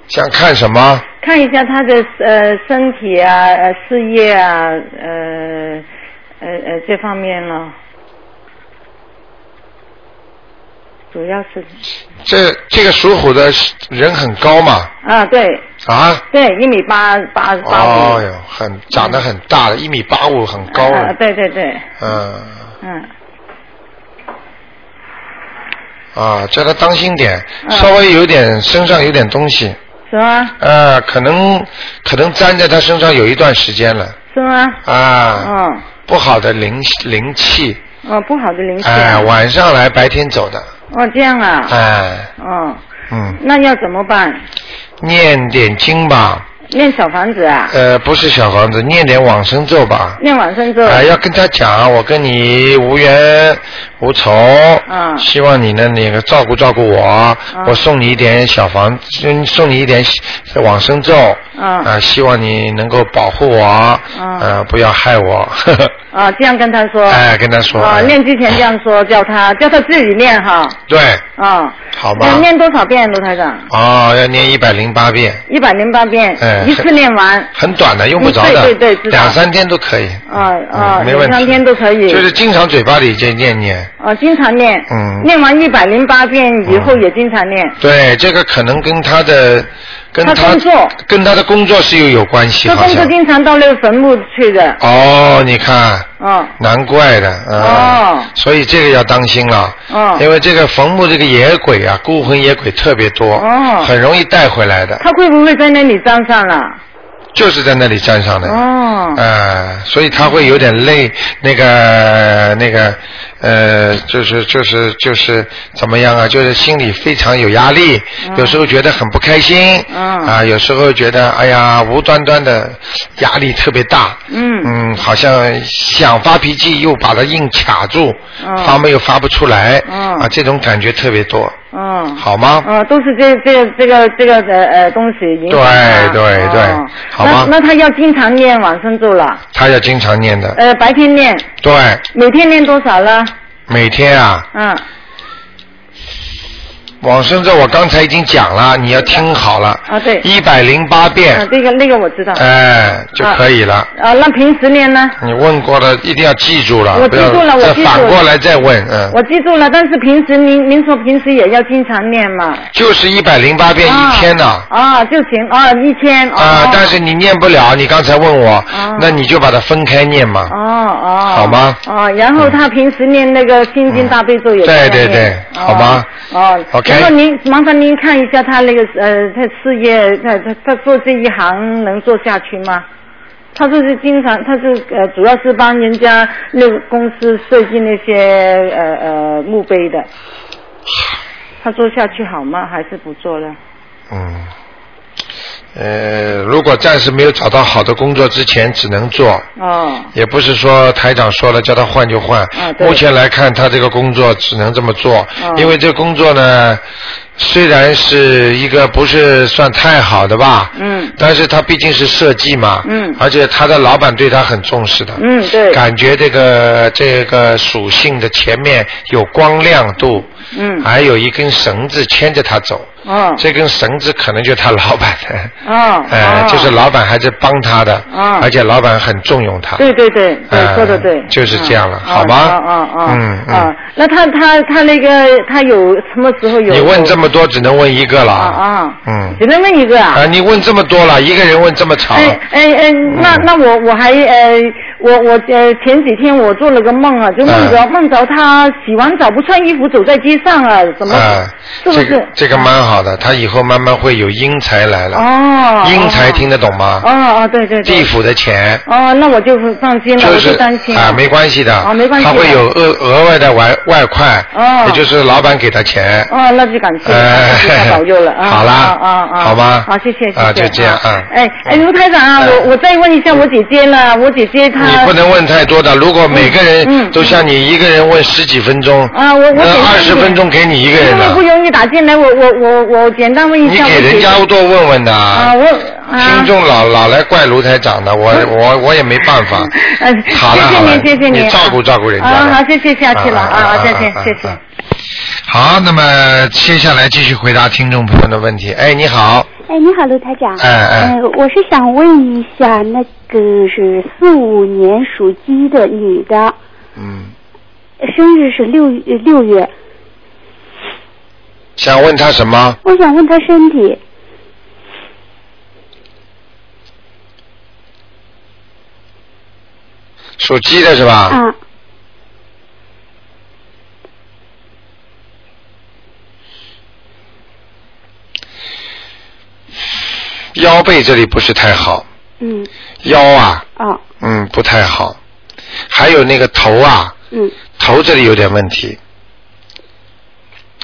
[SPEAKER 2] 想看什么？
[SPEAKER 4] 看一下他的呃身体啊，呃事业啊，呃呃呃这方面咯。主要是
[SPEAKER 2] 这这个属虎的人很高嘛？
[SPEAKER 4] 啊，对
[SPEAKER 2] 啊？
[SPEAKER 4] 对，一米八八八五。
[SPEAKER 2] 哦哟，很长得很大的，一米八五，很高
[SPEAKER 4] 啊
[SPEAKER 2] 了。
[SPEAKER 4] 对对对，
[SPEAKER 2] 嗯
[SPEAKER 4] 嗯，
[SPEAKER 2] 啊，叫他当心点，
[SPEAKER 4] 嗯
[SPEAKER 2] 稍微有点身上有点东西，
[SPEAKER 4] 是吗？
[SPEAKER 2] 啊，可能可能粘在他身上有一段时间了，
[SPEAKER 4] 是吗？
[SPEAKER 2] 啊，
[SPEAKER 4] 哦，
[SPEAKER 2] 不好的灵灵气，
[SPEAKER 4] 哦，不好的灵性。
[SPEAKER 2] 哎，晚上来，白天走的，
[SPEAKER 4] 哦，这样啊。
[SPEAKER 2] 哎，
[SPEAKER 4] 哦，
[SPEAKER 2] 嗯，
[SPEAKER 4] 那要怎么办？
[SPEAKER 2] 念点经吧，
[SPEAKER 4] 念小房子啊？
[SPEAKER 2] 呃，不是小房子，念点往生咒吧。
[SPEAKER 4] 念往生咒？
[SPEAKER 2] 啊、要跟他讲，我跟你无冤无仇，
[SPEAKER 4] 嗯
[SPEAKER 2] 希望你呢那个照顾照顾我，
[SPEAKER 4] 嗯
[SPEAKER 2] 我送你一点小房，嗯送你一点往生咒，啊、
[SPEAKER 4] 嗯
[SPEAKER 2] 希望你能够保护我，
[SPEAKER 4] 嗯
[SPEAKER 2] 呃不要害我， 呵呵
[SPEAKER 4] 啊，这样跟他说。
[SPEAKER 2] 哎，跟他说，
[SPEAKER 4] 啊，
[SPEAKER 2] 哎
[SPEAKER 4] 念之前这样说，叫他叫他自己念哈。
[SPEAKER 2] 对，
[SPEAKER 4] 啊。
[SPEAKER 2] 好吧
[SPEAKER 4] 要，念多少遍，卢台长？
[SPEAKER 2] 哦，要念一百零八遍，
[SPEAKER 4] 一百零八遍
[SPEAKER 2] 哎，
[SPEAKER 4] 一次念完。
[SPEAKER 2] 很短的，用不着的，
[SPEAKER 4] 对对对知道
[SPEAKER 2] 两三天都可以，
[SPEAKER 4] 啊啊，
[SPEAKER 2] 嗯没问题，
[SPEAKER 4] 两三天都可以。
[SPEAKER 2] 就是。经常嘴巴里就念念，
[SPEAKER 4] 哦，经常念。
[SPEAKER 2] 嗯
[SPEAKER 4] 念完一百零八遍以后
[SPEAKER 2] 嗯
[SPEAKER 4] 也经常念。
[SPEAKER 2] 对，这个可能跟他的跟
[SPEAKER 4] 他工作
[SPEAKER 2] 跟他的工作是有有关系，
[SPEAKER 4] 他
[SPEAKER 2] 好
[SPEAKER 4] 工作
[SPEAKER 2] 像。
[SPEAKER 4] 经常到那个坟墓去的。
[SPEAKER 2] 哦，你看，
[SPEAKER 4] 哦。
[SPEAKER 2] 难怪的，嗯、
[SPEAKER 4] 哦
[SPEAKER 2] 所以这个要当心了，
[SPEAKER 4] 哦
[SPEAKER 2] 因为这个坟墓这个野鬼啊，孤魂野鬼特别多，
[SPEAKER 4] 哦
[SPEAKER 2] 很容易带回来的，
[SPEAKER 4] 他会不会在那里站上了？
[SPEAKER 2] 就是在那里沾上的，
[SPEAKER 4] 哦。
[SPEAKER 2] 呃，所以他会有点累，那个那个，呃，就是就是就是怎么样啊？就是心里非常有压力，
[SPEAKER 4] 嗯
[SPEAKER 2] 有时候觉得很不开心，
[SPEAKER 4] 嗯
[SPEAKER 2] 啊，有时候觉得哎呀，无端端的压力特别大，
[SPEAKER 4] 嗯
[SPEAKER 2] 嗯，好像想发脾气又把它硬卡住，
[SPEAKER 4] 嗯
[SPEAKER 2] 发没有发不出来，
[SPEAKER 4] 嗯
[SPEAKER 2] 啊，这种感觉特别多，
[SPEAKER 4] 嗯，
[SPEAKER 2] 好吗？
[SPEAKER 4] 嗯，都是这这这个这个呃呃东西影响他
[SPEAKER 2] 对对对
[SPEAKER 4] 哦
[SPEAKER 2] 好吗
[SPEAKER 4] 那那他要经常念往生咒了，
[SPEAKER 2] 他要经常念的，
[SPEAKER 4] 呃，白天念，
[SPEAKER 2] 对，
[SPEAKER 4] 每天念多少呢？
[SPEAKER 2] 每天啊，
[SPEAKER 4] 嗯，
[SPEAKER 2] 往生咒我刚才已经讲了，你要听好了，
[SPEAKER 4] 啊对，
[SPEAKER 2] 一百零八
[SPEAKER 4] 啊
[SPEAKER 2] 遍，
[SPEAKER 4] 这个那个我知道。
[SPEAKER 2] 哎就可以了。
[SPEAKER 4] 啊，那平时念呢？
[SPEAKER 2] 你问过的一定要记住了，
[SPEAKER 4] 我
[SPEAKER 2] 不
[SPEAKER 4] 记
[SPEAKER 2] 要
[SPEAKER 4] 住了我
[SPEAKER 2] 再
[SPEAKER 4] 记住
[SPEAKER 2] 反
[SPEAKER 4] 了
[SPEAKER 2] 过来再问，嗯，
[SPEAKER 4] 我记住了，但是平时您您说平时也要经常念嘛？
[SPEAKER 2] 就是一百零八遍一天呢、
[SPEAKER 4] 啊，就行啊，啊一天。哦
[SPEAKER 2] 啊，但是你念不了，你刚才问我，那你就把它分开念嘛。
[SPEAKER 4] 哦哦，
[SPEAKER 2] 好吗嗯
[SPEAKER 4] 哦，然后他平时念那个心经大悲咒也这样念、
[SPEAKER 2] 对对对好吗
[SPEAKER 4] 哦哦
[SPEAKER 2] OK
[SPEAKER 4] 然后您麻烦您看一下他那个呃，他事业，他他他做这一行能做下去吗？他就是经常，他是呃，主要是帮人家那个公司设计那些呃呃墓碑的。他做下去好吗？还是不做了？
[SPEAKER 2] 嗯，呃，如果暂时没有找到好的工作之前，只能做，
[SPEAKER 4] 哦，
[SPEAKER 2] 也不是说台长说了叫他换就换。
[SPEAKER 4] 啊对啊
[SPEAKER 2] 目前来看，他这个工作只能这么做，因为这工作呢，虽然是一个不是算太好的吧，
[SPEAKER 4] 嗯
[SPEAKER 2] 但是他毕竟是设计嘛，
[SPEAKER 4] 嗯
[SPEAKER 2] 而且他的老板对他很重视的，
[SPEAKER 4] 嗯，对，
[SPEAKER 2] 感觉这个这个属性的前面有光亮度，
[SPEAKER 4] 嗯，
[SPEAKER 2] 还有一根绳子牵着他走，
[SPEAKER 4] 哦，
[SPEAKER 2] 这根绳子可能就是他老板的，
[SPEAKER 4] 哦，
[SPEAKER 2] 呃，
[SPEAKER 4] 哦
[SPEAKER 2] 就是老板还是帮他的，
[SPEAKER 4] 嗯
[SPEAKER 2] 而且老板很重用他，
[SPEAKER 4] 对对对，对
[SPEAKER 2] 呃
[SPEAKER 4] 说的对，
[SPEAKER 2] 就是这样了
[SPEAKER 4] 嗯
[SPEAKER 2] 好吗
[SPEAKER 4] 嗯嗯
[SPEAKER 2] 嗯
[SPEAKER 4] 嗯
[SPEAKER 2] 嗯
[SPEAKER 4] 嗯。那他他他那个他有什么时候有？
[SPEAKER 2] 你问这么多只能问一个了
[SPEAKER 4] 啊啊，
[SPEAKER 2] 嗯，
[SPEAKER 4] 只能问一个啊
[SPEAKER 2] 啊，。你问这么多了，一个人问这么长，
[SPEAKER 4] 哎哎哎，
[SPEAKER 2] 嗯
[SPEAKER 4] 那那我我还呃，我我呃前几天我做了个梦
[SPEAKER 2] 嗯
[SPEAKER 4] 啊，就梦着梦着他洗完澡不穿衣服走在街上啊，怎么
[SPEAKER 2] 啊，
[SPEAKER 4] 是不
[SPEAKER 2] 这
[SPEAKER 4] 是
[SPEAKER 2] 个？这个蛮好的，他以后慢慢会有英才来了，
[SPEAKER 4] 哦，
[SPEAKER 2] 英才嗯
[SPEAKER 4] 哦
[SPEAKER 2] 听得懂吗？
[SPEAKER 4] 哦哦对对
[SPEAKER 2] 地
[SPEAKER 4] 对。
[SPEAKER 2] 府的钱，
[SPEAKER 4] 哦，那我就放心了，
[SPEAKER 2] 就
[SPEAKER 4] 我
[SPEAKER 2] 是
[SPEAKER 4] 就担心了
[SPEAKER 2] 啊，没关系的，
[SPEAKER 4] 哦没关系
[SPEAKER 2] 他
[SPEAKER 4] 的
[SPEAKER 2] 会有额额外的外外快，
[SPEAKER 4] 哦
[SPEAKER 2] 也就是老板给他钱。
[SPEAKER 4] 哦，那就感谢
[SPEAKER 2] 哎
[SPEAKER 4] 感谢他保佑了啊！
[SPEAKER 2] 好啦
[SPEAKER 4] 啊啊啊！
[SPEAKER 2] 好吧
[SPEAKER 4] 好，谢谢谢谢。
[SPEAKER 2] 啊就这样啊
[SPEAKER 4] 哎哎，
[SPEAKER 2] 嗯
[SPEAKER 4] 卢台长啊，
[SPEAKER 2] 哎
[SPEAKER 4] 我我再问一下我姐姐呢，我姐姐她
[SPEAKER 2] 你不能问太多的，如果每个
[SPEAKER 4] 嗯
[SPEAKER 2] 人
[SPEAKER 4] 嗯
[SPEAKER 2] 都像你一个人问十几分钟，
[SPEAKER 4] 啊，我我简单
[SPEAKER 2] 那二
[SPEAKER 4] 一
[SPEAKER 2] 十
[SPEAKER 4] 点
[SPEAKER 2] 分钟给你一个人
[SPEAKER 4] 因为不
[SPEAKER 2] 的，
[SPEAKER 4] 容易打进来，我我我我简单问一
[SPEAKER 2] 你
[SPEAKER 4] 下我
[SPEAKER 2] 给
[SPEAKER 4] 姐
[SPEAKER 2] 人
[SPEAKER 4] 姐。
[SPEAKER 2] 家多问问的。
[SPEAKER 4] 啊，我啊。
[SPEAKER 2] 听众老老来怪卢台长的，我我我也没办法。
[SPEAKER 4] 嗯，
[SPEAKER 2] 好了好了，
[SPEAKER 4] 谢谢您，谢谢您，
[SPEAKER 2] 你照顾
[SPEAKER 4] 啊
[SPEAKER 2] 照顾人家吧。
[SPEAKER 4] 啊，好，谢谢，下次了啊，啊再见，谢谢。。
[SPEAKER 2] 好，那么接下来继续回答听众朋友的问题。哎，你好，
[SPEAKER 5] 哎，你好，卢台长。
[SPEAKER 2] 哎哎，
[SPEAKER 5] 呃，我是想问一下，那个是四五年属鸡的女的，
[SPEAKER 2] 嗯，
[SPEAKER 5] 生日是六月六月，
[SPEAKER 2] 想问他什么？
[SPEAKER 5] 我想问她身体。
[SPEAKER 2] 属鸡的是吧？
[SPEAKER 4] 嗯
[SPEAKER 5] 啊，
[SPEAKER 2] 腰背这里不是太好，
[SPEAKER 5] 嗯，
[SPEAKER 2] 腰啊，
[SPEAKER 5] 哦，
[SPEAKER 2] 嗯，不太好。还有那个头啊，
[SPEAKER 5] 嗯，
[SPEAKER 2] 头这里有点问题，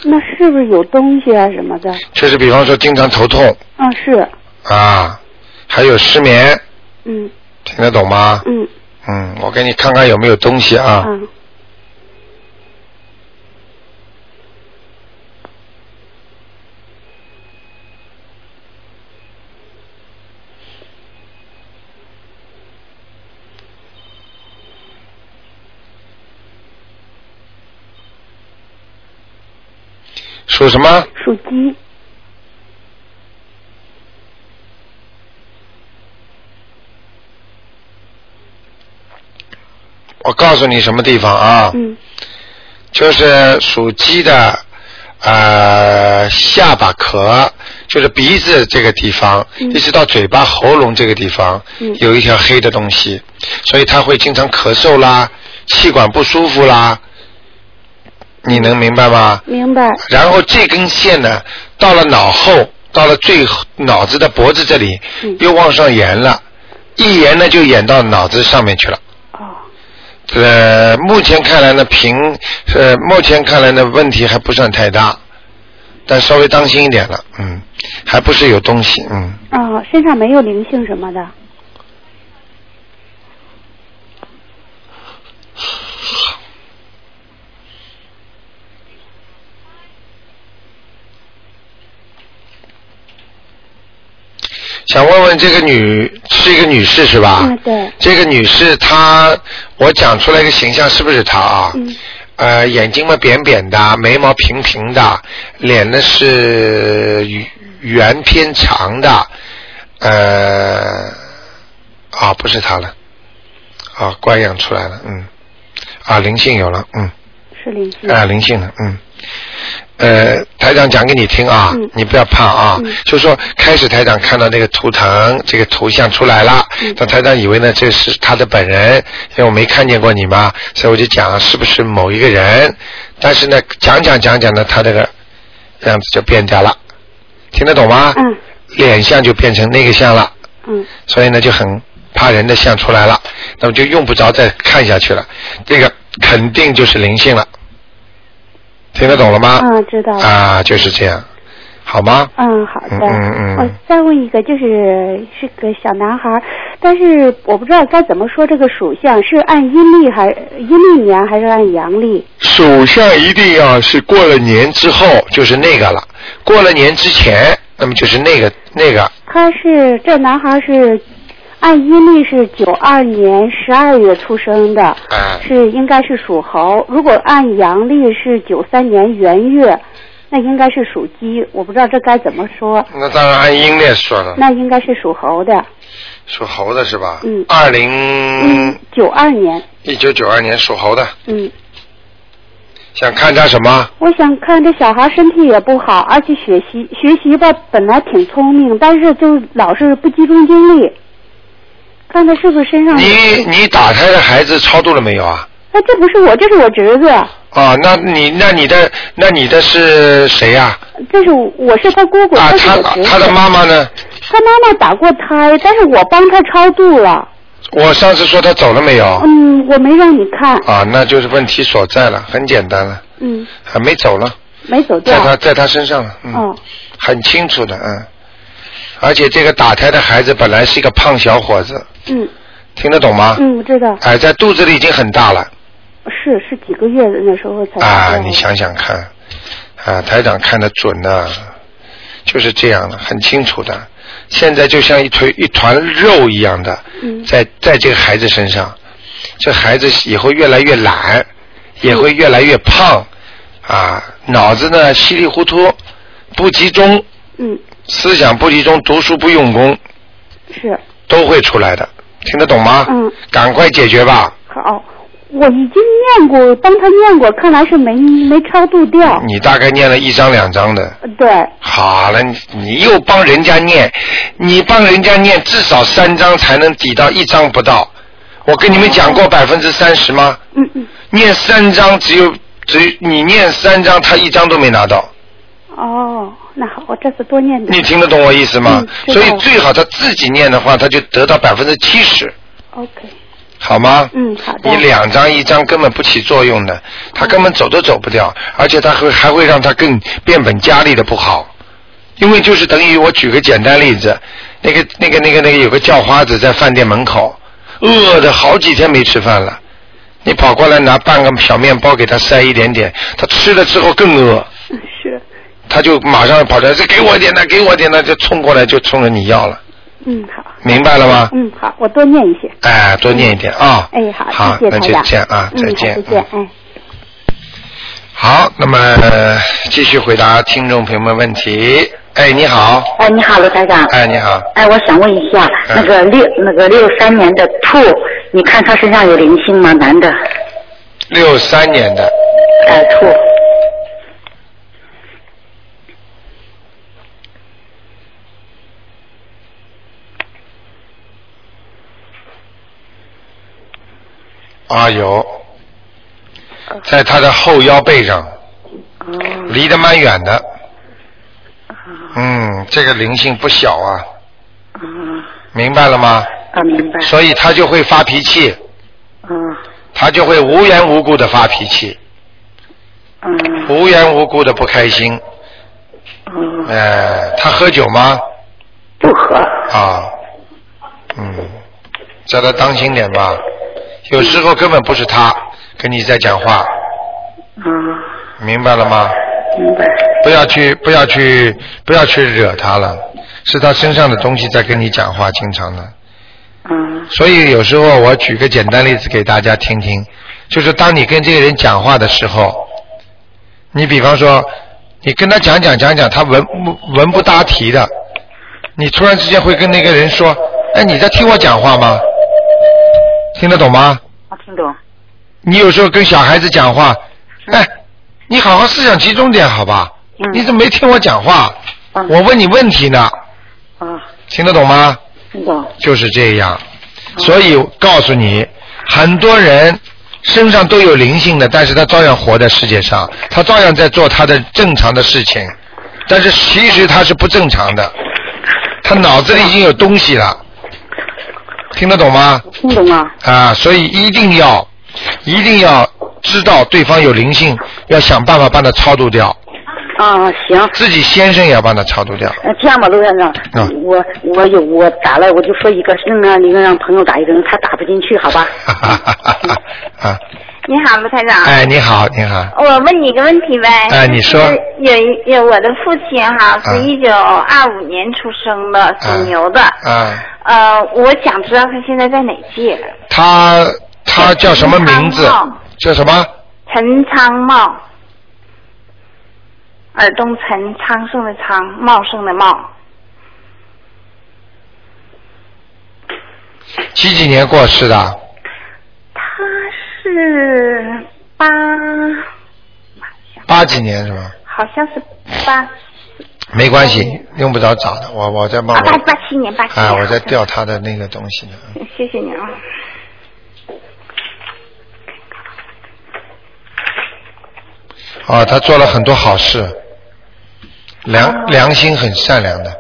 [SPEAKER 5] 那是不是有东西啊什么的？
[SPEAKER 2] 就是比方说经常头痛
[SPEAKER 5] 啊，是，
[SPEAKER 2] 啊，还有失眠，
[SPEAKER 5] 嗯
[SPEAKER 2] 听得懂吗？
[SPEAKER 5] 嗯
[SPEAKER 2] 嗯，我给你看看有没有东西啊。
[SPEAKER 5] 啊，
[SPEAKER 2] 属什么？
[SPEAKER 5] 属鸡，
[SPEAKER 2] 我告诉你什么地方啊？
[SPEAKER 5] 嗯
[SPEAKER 2] 就是属鸡的，呃，下巴壳，就是鼻子这个地方，
[SPEAKER 5] 嗯
[SPEAKER 2] 一直到嘴巴、喉咙这个地方，
[SPEAKER 5] 嗯
[SPEAKER 2] 有一条黑的东西，所以他会经常咳嗽啦，气管不舒服啦，你能明白吗？
[SPEAKER 5] 明白，
[SPEAKER 2] 然后这根线呢，到了脑后，到了最后脑子的脖子这里，
[SPEAKER 5] 嗯
[SPEAKER 2] 又往上延了，一延呢就延到脑子上面去了。
[SPEAKER 5] 哦，
[SPEAKER 2] 呃，目前看来呢，平呃，目前看来呢，问题还不算太大，但稍微当心一点了，嗯，还不是有东西，嗯，
[SPEAKER 5] 啊，身上没有灵性什么的，
[SPEAKER 2] 问这个女是一个女士是吧？
[SPEAKER 5] 嗯对
[SPEAKER 2] 这个女士她，我讲出来一个形象是不是她啊？
[SPEAKER 5] 嗯。
[SPEAKER 2] 呃，眼睛嘛扁扁的，眉毛平平的，脸呢是圆圆偏长的，呃，啊，不是她了，啊，怪样出来了，嗯，啊，灵性有了，嗯。
[SPEAKER 5] 是灵性。
[SPEAKER 2] 啊，灵性的，嗯。呃，台长讲给你听啊，
[SPEAKER 5] 嗯
[SPEAKER 2] 你不要怕啊。
[SPEAKER 5] 嗯
[SPEAKER 2] 就说开始台长看到那个图腾，这个图像出来了，
[SPEAKER 5] 嗯
[SPEAKER 2] 但台长以为呢这是他的本人，因为我没看见过你嘛，所以我就讲是不是某一个人。但是呢，讲讲讲讲呢，他这个样子就变掉了，听得懂吗？
[SPEAKER 5] 嗯
[SPEAKER 2] 脸相就变成那个相了。
[SPEAKER 5] 嗯
[SPEAKER 2] 所以呢就很怕人的相出来了，那么就用不着再看下去了，这个肯定就是灵性了，听得懂了吗？
[SPEAKER 5] 嗯，知道了。
[SPEAKER 2] 啊，就是这样，好吗？
[SPEAKER 5] 嗯，好的。
[SPEAKER 2] 嗯嗯嗯
[SPEAKER 5] 我再问一个，就是是个小男孩儿，但是我不知道该怎么说这个属相，是按阴历还阴历年还是按阳历？
[SPEAKER 2] 属相一定要是过了年之后就是那个了，过了年之前，那么就是那个那个
[SPEAKER 5] 他是这男孩儿是按阴历是九二年十二月出生的，
[SPEAKER 2] 啊，
[SPEAKER 5] 是应该是属猴。如果按阳历是九三年元月，那应该是属鸡。我不知道这该怎么说，
[SPEAKER 2] 那当然按阴历说了，
[SPEAKER 5] 那应该是属猴的。
[SPEAKER 2] 属猴的是吧？
[SPEAKER 5] 嗯
[SPEAKER 2] 二零
[SPEAKER 5] 嗯，九二年，
[SPEAKER 2] 一九九二年属猴的，
[SPEAKER 5] 嗯。
[SPEAKER 2] 想看他什么？
[SPEAKER 5] 我想看这小孩身体也不好，而且学习学习吧本来挺聪明，但是就老是不集中精力。看他是不是身上有……
[SPEAKER 2] 你你打胎的孩子超度了没有啊？
[SPEAKER 5] 哎，这不是我，这是我侄子，
[SPEAKER 2] 哦，那你那你的那你的是谁呀、
[SPEAKER 5] 这是我我是他姑姑，
[SPEAKER 2] 啊？
[SPEAKER 5] 他是
[SPEAKER 2] 他
[SPEAKER 5] 我侄子。
[SPEAKER 2] 他的妈妈呢？
[SPEAKER 5] 他妈妈打过胎，但是我帮他超度了。
[SPEAKER 2] 我上次说他走了没有？
[SPEAKER 5] 嗯，我没让你看。
[SPEAKER 2] 啊，那就是问题所在了，很简单了，
[SPEAKER 5] 嗯，
[SPEAKER 2] 还没走了，
[SPEAKER 5] 没走
[SPEAKER 2] 在
[SPEAKER 5] 掉。
[SPEAKER 2] 他在他身上了，嗯，
[SPEAKER 5] 哦，
[SPEAKER 2] 很清楚的，嗯。而且这个打胎的孩子本来是一个胖小伙子，
[SPEAKER 5] 嗯
[SPEAKER 2] 听得懂吗？
[SPEAKER 5] 嗯，我知道，
[SPEAKER 2] 哎，在肚子里已经很大了
[SPEAKER 5] 是是几个月的那时候才
[SPEAKER 2] 啊！
[SPEAKER 5] 知道
[SPEAKER 2] 你想想看，啊，台长看得准呐、就是这样的，很清楚的。现在就像一团一团肉一样的，
[SPEAKER 5] 嗯
[SPEAKER 2] 在在这个孩子身上，这孩子以后越来越懒，也会越来越胖，啊，脑子呢稀里糊涂，不集中，
[SPEAKER 5] 嗯
[SPEAKER 2] 思想不集中，读书不用功，
[SPEAKER 5] 是。
[SPEAKER 2] 都会出来的，听得懂吗？
[SPEAKER 5] 嗯
[SPEAKER 2] 赶快解决吧。
[SPEAKER 5] 好，哦我已经念过，帮他念过，看来是没没超度掉。
[SPEAKER 2] 你大概念了一张两张的，
[SPEAKER 5] 对，
[SPEAKER 2] 好了，你你又帮人家念，你帮人家念至少三张才能抵到一张不到。我跟你们讲
[SPEAKER 5] 哦
[SPEAKER 2] 过百分之三十吗？
[SPEAKER 5] 嗯嗯，
[SPEAKER 2] 念三张只有只有你念三张，他一张都没拿到。
[SPEAKER 5] 哦，那好，我这次多念
[SPEAKER 2] 你
[SPEAKER 5] 点。
[SPEAKER 2] 听得懂我意思吗？
[SPEAKER 5] 嗯知
[SPEAKER 2] 所
[SPEAKER 5] 道
[SPEAKER 2] 以
[SPEAKER 5] 了
[SPEAKER 2] 最好他自己念的话，他就得到百分之七十，
[SPEAKER 5] OK，
[SPEAKER 2] 好吗？
[SPEAKER 5] 嗯，好的
[SPEAKER 2] 你。两张一张根本不起作用的，他根本走都走不掉，而且他会还会让他更变本加厉的不好，因为就是等于我举个简单例子，那个那个那个那个有个叫花子在饭店门口，饿的好几天没吃饭了，你跑过来拿半个小面包给他塞一点点，他吃了之后更饿，
[SPEAKER 5] 嗯是，
[SPEAKER 2] 他就马上跑出来，这给我一点的，给我一点的，就冲过来就冲着你要了，
[SPEAKER 5] 嗯好，
[SPEAKER 2] 明白了吗？
[SPEAKER 5] 嗯好，我多念一些。
[SPEAKER 2] 哎，多念一点啊、
[SPEAKER 5] 哎，
[SPEAKER 2] 好，
[SPEAKER 5] 谢谢
[SPEAKER 2] 那
[SPEAKER 5] 台
[SPEAKER 2] 就
[SPEAKER 5] 长。
[SPEAKER 2] 这样啊，
[SPEAKER 5] 嗯，
[SPEAKER 2] 再
[SPEAKER 5] 好
[SPEAKER 2] 见，
[SPEAKER 5] 再见，哎。
[SPEAKER 2] 好，那么呃继续回答听众朋友们问题。哎，你好，
[SPEAKER 6] 哎，你好，卢台长。
[SPEAKER 2] 哎，你好，
[SPEAKER 6] 哎，我想问一下，
[SPEAKER 2] 嗯
[SPEAKER 6] 那个六那个六三年的兔，你看他身上有灵性吗？男的，
[SPEAKER 2] 六三年的，
[SPEAKER 6] 哎，兔，
[SPEAKER 2] 啊有，在他的后腰背上，离得蛮远的。嗯，这个灵性不小啊，
[SPEAKER 6] 啊
[SPEAKER 2] 明白了吗？
[SPEAKER 6] 啊，明白，
[SPEAKER 2] 所以他就会发脾气，
[SPEAKER 6] 嗯
[SPEAKER 2] 他就会无缘无故的发脾气，
[SPEAKER 6] 嗯
[SPEAKER 2] 无缘无故的不开心。
[SPEAKER 6] 嗯，
[SPEAKER 2] 呃，他喝酒吗？
[SPEAKER 6] 不喝，
[SPEAKER 2] 啊，嗯，叫他当心点吧。有时候根本不是他跟你在讲话，
[SPEAKER 6] 嗯
[SPEAKER 2] 明白了吗？
[SPEAKER 6] 明白。
[SPEAKER 2] 不要去，不要去，不要去惹他了，是他身上的东西在跟你讲话，经常的。
[SPEAKER 6] 嗯
[SPEAKER 2] 所以有时候我举个简单例子给大家听听，就是当你跟这个人讲话的时候，你比方说，你跟他讲讲讲讲，他文文不搭题的，你突然之间会跟那个人说，哎，你在听我讲话吗？听得懂吗？
[SPEAKER 6] 我啊听懂。
[SPEAKER 2] 你有时候跟小孩子讲话，哎，你好好思想集中点，好吧？
[SPEAKER 6] 嗯
[SPEAKER 2] 你怎么没听我讲话？
[SPEAKER 6] 嗯
[SPEAKER 2] 我问你问题呢，
[SPEAKER 6] 啊，
[SPEAKER 2] 听得懂吗？
[SPEAKER 6] 听懂。
[SPEAKER 2] 就是这样。
[SPEAKER 6] 哦
[SPEAKER 2] 所以告诉你，很多人身上都有灵性的，但是他照样活在世界上，他照样在做他的正常的事情，但是其实他是不正常的，他脑子里已经有东西了，听得懂吗？
[SPEAKER 6] 听懂啊？
[SPEAKER 2] 啊，所以一定要，一定要知道对方有灵性，要想办法帮他超度掉，
[SPEAKER 6] 啊，行。
[SPEAKER 2] 自己先生也要帮他超度掉。
[SPEAKER 6] 呃，这样吧，陆院长，
[SPEAKER 2] 啊
[SPEAKER 6] 我我有我打了，我就说一个，另外一个让朋友打一个，他打不进去，好吧？
[SPEAKER 2] 啊哈哈哈哈哈哈！啊，
[SPEAKER 7] 你好，卢台长。
[SPEAKER 2] 哎，你好，你好，
[SPEAKER 7] 我问你一个问题呗。
[SPEAKER 2] 哎你说
[SPEAKER 7] 就是有一有我的父亲哈，
[SPEAKER 2] 啊
[SPEAKER 7] 是一九二五年出生的，
[SPEAKER 2] 哎
[SPEAKER 7] 属牛的。
[SPEAKER 2] 啊。
[SPEAKER 7] 呃，我想知道他现在在哪界？
[SPEAKER 2] 他他叫什么名字
[SPEAKER 7] 陈昌茂？
[SPEAKER 2] 叫什么？
[SPEAKER 7] 陈昌茂，耳东陈，昌盛的昌，茂盛的茂，
[SPEAKER 2] 几几年过世的？
[SPEAKER 7] 他是八，
[SPEAKER 2] 八几年是吧？
[SPEAKER 7] 好像是八
[SPEAKER 2] 没关系，用不着找的，我我在帮
[SPEAKER 7] 啊
[SPEAKER 2] 我
[SPEAKER 7] 八八七年八七年。
[SPEAKER 2] 啊，我在调他的那个东西呢。
[SPEAKER 7] 谢谢你啊。
[SPEAKER 2] 啊，他做了很多好事，良良心很善良的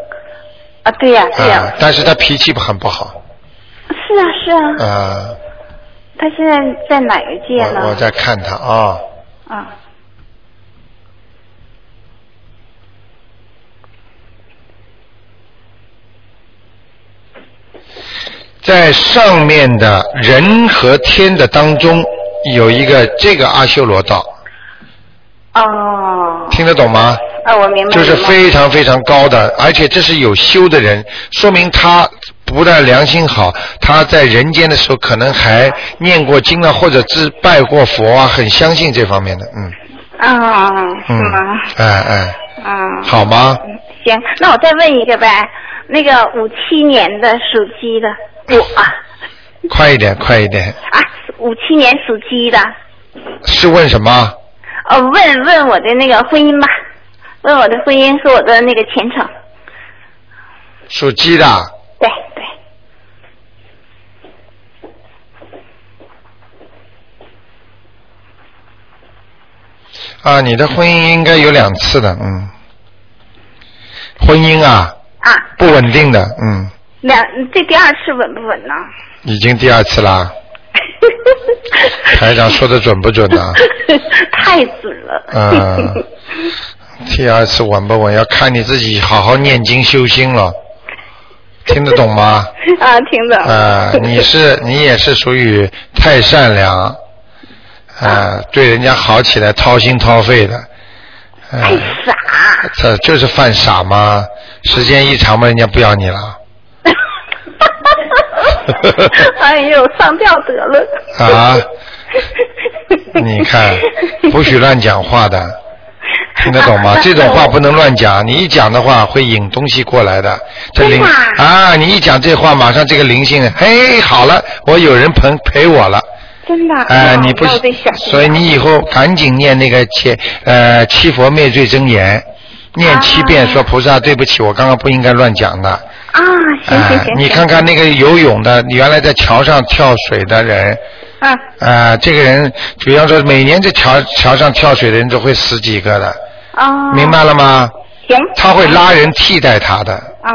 [SPEAKER 7] 啊，对呀、哦对呀、
[SPEAKER 2] 啊，但是他脾气很不好
[SPEAKER 7] 是啊是啊。
[SPEAKER 2] 啊。
[SPEAKER 7] 他现在在哪个界呢？
[SPEAKER 2] 我我在看他啊，
[SPEAKER 7] 啊，
[SPEAKER 2] 在上面的人和天的当中有一个这个阿修罗道，
[SPEAKER 7] 哦，
[SPEAKER 2] 听得懂吗？
[SPEAKER 7] 啊，我明白了。
[SPEAKER 2] 就是非常非常高的，而且这是有修的人，说明他不但良心好，他在人间的时候可能还念过经啊，或者自拜过佛啊，很相信这方面的，嗯
[SPEAKER 7] 啊，是
[SPEAKER 2] 嗯
[SPEAKER 7] 吗？，
[SPEAKER 2] 哎哎，
[SPEAKER 7] 啊，
[SPEAKER 2] 好吗？
[SPEAKER 7] 嗯，行，那我再问一个呗，那个五七年的属鸡的，我啊
[SPEAKER 2] 快一点，快一点，
[SPEAKER 7] 啊，五七年属鸡的，
[SPEAKER 2] 是问什么？
[SPEAKER 7] 呃，问问我的那个婚姻吧，问我的婚姻和我的那个前程，
[SPEAKER 2] 属鸡的，
[SPEAKER 7] 对对，
[SPEAKER 2] 啊，你的婚姻应该有两次的，嗯，婚姻啊
[SPEAKER 7] 啊，
[SPEAKER 2] 不稳定的，嗯，
[SPEAKER 7] 两这第二次稳不稳呢？
[SPEAKER 2] 已经第二次 啦，台长说的准不准啊呢、
[SPEAKER 7] 太准了。
[SPEAKER 2] 嗯第二次稳不稳要看你自己好好念经修心了，听得懂吗？
[SPEAKER 7] 啊，听懂。
[SPEAKER 2] 啊、你是你也是属于太善良，啊、对人家好起来掏心掏肺的，嗯、
[SPEAKER 7] 太傻。
[SPEAKER 2] 这就是犯傻嘛，时间一长嘛，人家不要你了。
[SPEAKER 7] 哎呦，上吊得了。
[SPEAKER 2] 啊你看，不许乱讲话的，听得 懂吗？这种话不能乱讲，你一讲的话会引东西过来的。这灵
[SPEAKER 7] 真的
[SPEAKER 2] 啊，你一讲这话，马上这个灵性，嘿，好了，我有人陪陪我了。
[SPEAKER 7] 真的。
[SPEAKER 2] 哎、
[SPEAKER 7] 哇
[SPEAKER 2] 你不
[SPEAKER 7] 那我得小，心
[SPEAKER 2] 所以你以后赶紧念那个七呃七佛灭罪真言，念七遍，
[SPEAKER 7] 啊
[SPEAKER 2] 说菩萨对不起，我刚刚不应该乱讲的。
[SPEAKER 7] 啊，
[SPEAKER 2] 哎
[SPEAKER 7] 行行行。
[SPEAKER 2] 你看看那个游泳的，原来在桥上跳水的人，
[SPEAKER 7] 啊
[SPEAKER 2] 啊，这个人，比方说每年在桥桥上跳水的人都会死几个的，
[SPEAKER 7] 啊。
[SPEAKER 2] 明白。了吗？
[SPEAKER 7] 行。
[SPEAKER 2] 他会拉人替代他的
[SPEAKER 7] 啊。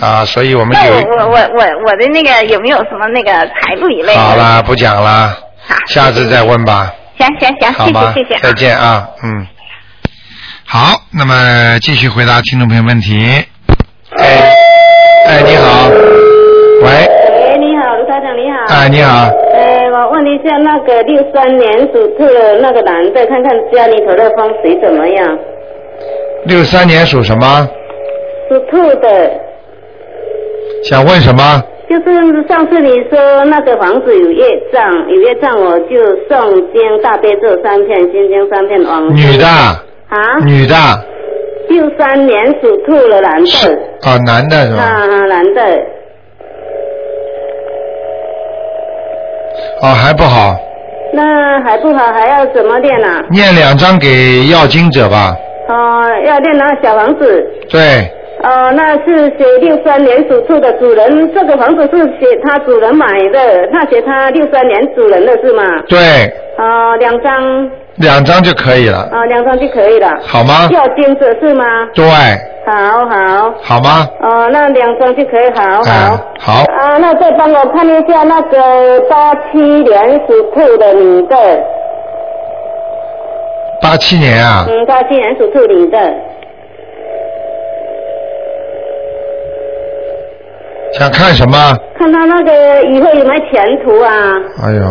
[SPEAKER 2] 啊，所以我们
[SPEAKER 7] 那我
[SPEAKER 2] 有
[SPEAKER 7] 我我我我的那个有没有什么那个财路一类的？
[SPEAKER 2] 好啦，不讲啦，
[SPEAKER 7] 好，
[SPEAKER 2] 下次再问吧，
[SPEAKER 7] 行行行，
[SPEAKER 2] 好吗？
[SPEAKER 7] 谢谢谢谢啊。
[SPEAKER 2] 再见啊，嗯。好，那么继续回答听众朋友问题。哎，哎，你好，喂，
[SPEAKER 8] 喂，你好，卢台长，你好。
[SPEAKER 2] 哎，你好，
[SPEAKER 8] 哎，我问问一下那个六三年属兔的那个男的，看看家里头的风水怎么样？
[SPEAKER 2] 六三年属什么？
[SPEAKER 8] 属兔的，
[SPEAKER 2] 想问什么？
[SPEAKER 8] 就是上次你说那个房子有业障，有业障我就诵经大悲咒三片，心经三片，往生
[SPEAKER 2] 女的，
[SPEAKER 8] 啊，
[SPEAKER 2] 女的，
[SPEAKER 8] 六三年属兔的男的，
[SPEAKER 2] 啊，男的是
[SPEAKER 8] 嗯啊
[SPEAKER 2] 吧？
[SPEAKER 8] 啊男的，
[SPEAKER 2] 哦，还不好，
[SPEAKER 8] 那还不好，还要怎么练啊？
[SPEAKER 2] 念两张给要经者吧。
[SPEAKER 8] 哦、要练那个小房子。
[SPEAKER 2] 对，
[SPEAKER 8] 哦，那是写六三年属兔的主人，这个房子是写他主人买的，他写他六三年主人的是吗？
[SPEAKER 2] 对，
[SPEAKER 8] 哦，两张，
[SPEAKER 2] 两张就可以了，
[SPEAKER 8] 哦，两张就可以了。
[SPEAKER 2] 好吗？
[SPEAKER 8] 要金子是吗？
[SPEAKER 2] 对，
[SPEAKER 8] 好好，
[SPEAKER 2] 好吗？
[SPEAKER 8] 哦，那两张就可以，好好。
[SPEAKER 2] 啊，好，
[SPEAKER 8] 啊，那再帮我看一下那个八七年属兔的女的，
[SPEAKER 2] 八七年啊，
[SPEAKER 8] 嗯，八七年属兔女的，
[SPEAKER 2] 想看什么？
[SPEAKER 8] 看她那个以后有没有前途啊？
[SPEAKER 2] 哎呦，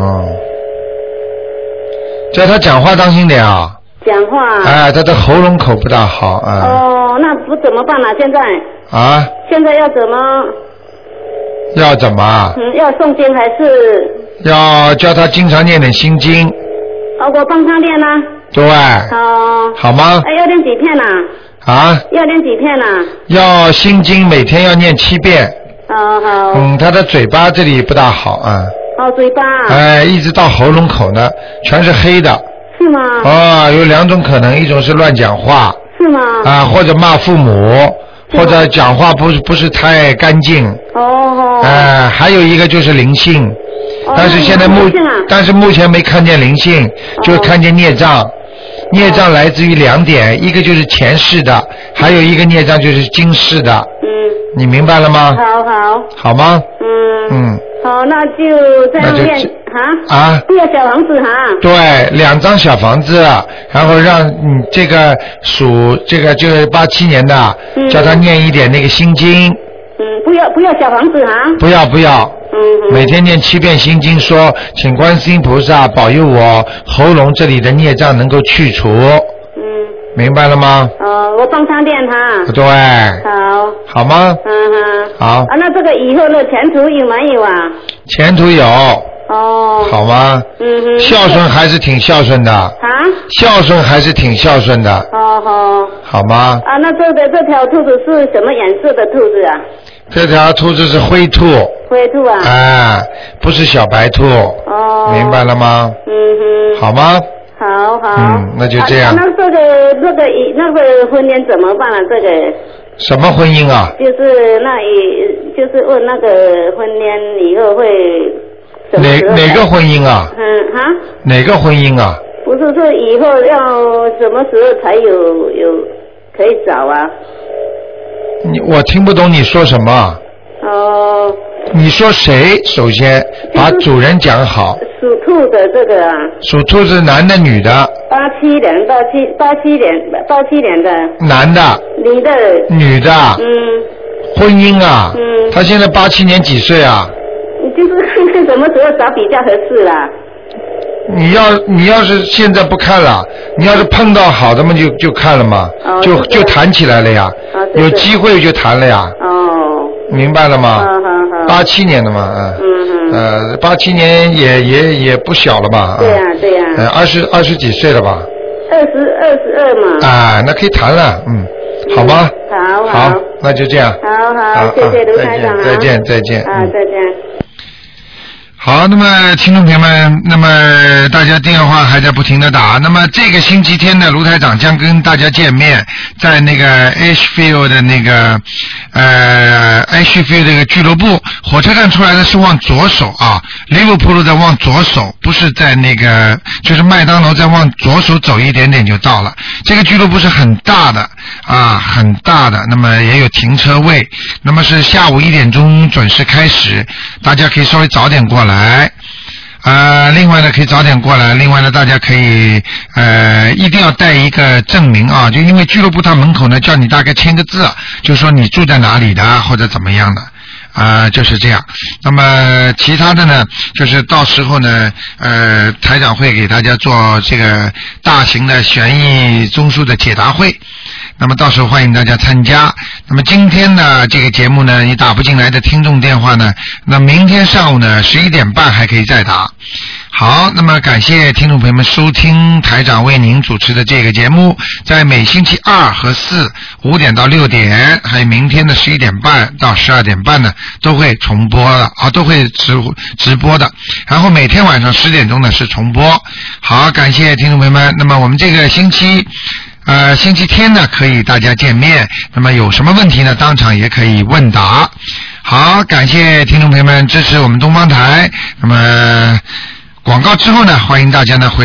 [SPEAKER 2] 叫他讲话当心点啊！
[SPEAKER 8] 讲话啊。
[SPEAKER 2] 哎，他的喉咙口不大好啊
[SPEAKER 8] 哦，那不怎么办啊？现在
[SPEAKER 2] 啊！
[SPEAKER 8] 现在要怎么？
[SPEAKER 2] 要怎么啊？
[SPEAKER 8] 嗯，要诵经还是？
[SPEAKER 2] 要叫他经常念点心经，
[SPEAKER 8] 哦，我帮他练啊。
[SPEAKER 2] 对，
[SPEAKER 8] 哦。
[SPEAKER 2] 好吗？
[SPEAKER 8] 哎，要练几片啊？
[SPEAKER 2] 啊，
[SPEAKER 8] 要练几片啊？
[SPEAKER 2] 要心经每天要念七遍。
[SPEAKER 8] 哦，好。
[SPEAKER 2] 嗯，他的嘴巴这里不大好啊，
[SPEAKER 8] 哦，嘴巴啊。
[SPEAKER 2] 哎，一直到喉咙口呢，全是黑的。
[SPEAKER 8] 是吗？
[SPEAKER 2] 啊，有两种可能，一种是乱讲话
[SPEAKER 8] 是吗？
[SPEAKER 2] 啊，或者骂父母，或者讲话不是不是太干净。
[SPEAKER 8] 哦哦。
[SPEAKER 2] 哎，还有一个就是灵性，
[SPEAKER 8] 哦
[SPEAKER 2] 但是现在目
[SPEAKER 8] 那有灵性啊，哦
[SPEAKER 2] 但是目前没看见灵性，就看见孽障。孽障来自于两点，一个就是前世的，还有一个孽障就是今世的，
[SPEAKER 8] 嗯，
[SPEAKER 2] 你明白了吗？
[SPEAKER 8] 好好，
[SPEAKER 2] 好吗？
[SPEAKER 8] 嗯，
[SPEAKER 2] 嗯，
[SPEAKER 8] 好，那就这样
[SPEAKER 2] 那就
[SPEAKER 8] 练
[SPEAKER 2] 这
[SPEAKER 8] 啊。
[SPEAKER 2] 啊
[SPEAKER 8] 不要小房子哈。
[SPEAKER 2] 对，两张小房子，然后让你这个属这个就是八七年的，
[SPEAKER 8] 嗯
[SPEAKER 2] 叫他念一点那个心经，
[SPEAKER 8] 嗯，不要不要小房子哈。
[SPEAKER 2] 不要不要，
[SPEAKER 8] 嗯嗯。
[SPEAKER 2] 每天念七遍心经说，请观世音菩萨保佑我喉咙这里的孽障能够去除，
[SPEAKER 8] 嗯，
[SPEAKER 2] 明白了吗？
[SPEAKER 8] 哦，我帮他练哈。
[SPEAKER 2] 对，
[SPEAKER 8] 好，
[SPEAKER 2] 好吗？
[SPEAKER 8] 嗯哼。
[SPEAKER 2] 嗯好
[SPEAKER 8] 嗯啊，那这个以后的前途有没有啊？
[SPEAKER 2] 前途有，
[SPEAKER 8] 哦。。
[SPEAKER 2] 好吗？
[SPEAKER 8] 嗯哼。
[SPEAKER 2] 孝顺还是挺孝顺的，
[SPEAKER 8] 啊？
[SPEAKER 2] 孝顺还是挺孝顺的，
[SPEAKER 8] 哦吼。
[SPEAKER 2] 好吗？
[SPEAKER 8] 啊，那这个这条兔子是什么颜色的兔子啊？
[SPEAKER 2] 这条兔子是灰兔，
[SPEAKER 8] 灰兔啊。
[SPEAKER 2] 哎，不是小白兔，
[SPEAKER 8] 哦。
[SPEAKER 2] 明白。了吗？
[SPEAKER 8] 嗯哼。
[SPEAKER 2] 好吗？
[SPEAKER 8] 好好，
[SPEAKER 2] 嗯那就这样
[SPEAKER 8] 啊那这个这个以那个婚姻怎么办啊？这个
[SPEAKER 2] 什么婚姻啊？
[SPEAKER 8] 就是那以就是问那个婚姻以后会什么
[SPEAKER 2] 哪
[SPEAKER 8] 时候
[SPEAKER 2] 哪个
[SPEAKER 8] 才？
[SPEAKER 2] 婚姻啊？
[SPEAKER 8] 嗯哈，
[SPEAKER 2] 哪个婚姻啊？
[SPEAKER 8] 不是说以后要什么时候才有有可以找啊？
[SPEAKER 2] 你我听不懂你说什么。
[SPEAKER 8] 哦，
[SPEAKER 2] 你说谁？首先把
[SPEAKER 8] 嗯
[SPEAKER 2] 主人讲好。
[SPEAKER 8] 属兔的这个啊，
[SPEAKER 2] 属兔子男的女的？
[SPEAKER 8] 八七年八七八七年八七年的
[SPEAKER 2] 男的，
[SPEAKER 8] 女的，
[SPEAKER 2] 女的，
[SPEAKER 8] 嗯，
[SPEAKER 2] 婚姻啊。
[SPEAKER 8] 嗯
[SPEAKER 2] 他现在八七年几岁啊？
[SPEAKER 8] 你就是 看看什么时候找比较合适啦、
[SPEAKER 2] 你要你要是现在不看了，你要是碰到好的嘛就就看了嘛，
[SPEAKER 8] 哦
[SPEAKER 2] 就
[SPEAKER 8] 对对
[SPEAKER 2] 就谈起来了呀，
[SPEAKER 8] 啊对对
[SPEAKER 2] 有机会就谈了呀，
[SPEAKER 8] 哦，
[SPEAKER 2] 明白了吗？
[SPEAKER 8] 好好好。
[SPEAKER 2] 八七年的嘛，嗯，
[SPEAKER 8] 嗯嗯，
[SPEAKER 2] 呃，八七年也也也不小了吧？
[SPEAKER 8] 对呀、嗯对呀、
[SPEAKER 2] 呃，二十二十几岁了吧？
[SPEAKER 8] 二十二十二嘛。
[SPEAKER 2] 啊，那可以谈了，嗯，好吧，
[SPEAKER 8] 好嗯好
[SPEAKER 2] 好，那就这样，
[SPEAKER 8] 好
[SPEAKER 2] 啊
[SPEAKER 8] 好，谢谢
[SPEAKER 2] 啊
[SPEAKER 8] 卢
[SPEAKER 2] 再
[SPEAKER 8] 台
[SPEAKER 2] 见
[SPEAKER 8] 长啊。
[SPEAKER 2] 再见再见
[SPEAKER 8] 啊，
[SPEAKER 2] 嗯
[SPEAKER 8] 再见。
[SPEAKER 2] 好，那么听众朋友们，那么大家电话还在不停的打，那么这个星期天呢，卢台长将跟大家见面，在那个 Ashfield 的那个呃 Ashfield 这个俱乐部，火车站出来的是往左手啊，利物浦路在往左手，不是在那个就是麦当劳再往左手走一点点就到了。这个俱乐部是很大的啊，很大的，那么也有停车位，那么是下午一点钟准时开始，大家可以稍微早点过来。呃，另外呢，可以早点过来。另外呢，大家可以呃，一定要带一个证明啊，就因为俱乐部它门口呢叫你大概签个字，就说你住在哪里的或者怎么样的。啊、就是这样。那么其他的呢，就是到时候呢，呃，台长会给大家做这个大型的悬疑综述的解答会。那么到时候欢迎大家参加。那么今天呢，这个节目呢，你打不进来的听众电话呢，那明天上午呢十一点半还可以再打。好，那么感谢听众朋友们收听台长为您主持的这个节目，在每星期二和四五点到六点，还有明天的十一点半到十二点半呢，都会重播的啊，都会直直播的。然后每天晚上十点钟呢是重播。好，感谢听众朋友们。那么我们这个星期。呃，星期天呢可以大家见面，那么有什么问题呢，当场也可以问答。好，感谢听众朋友们支持我们东方台。那么广告之后呢，欢迎大家呢回。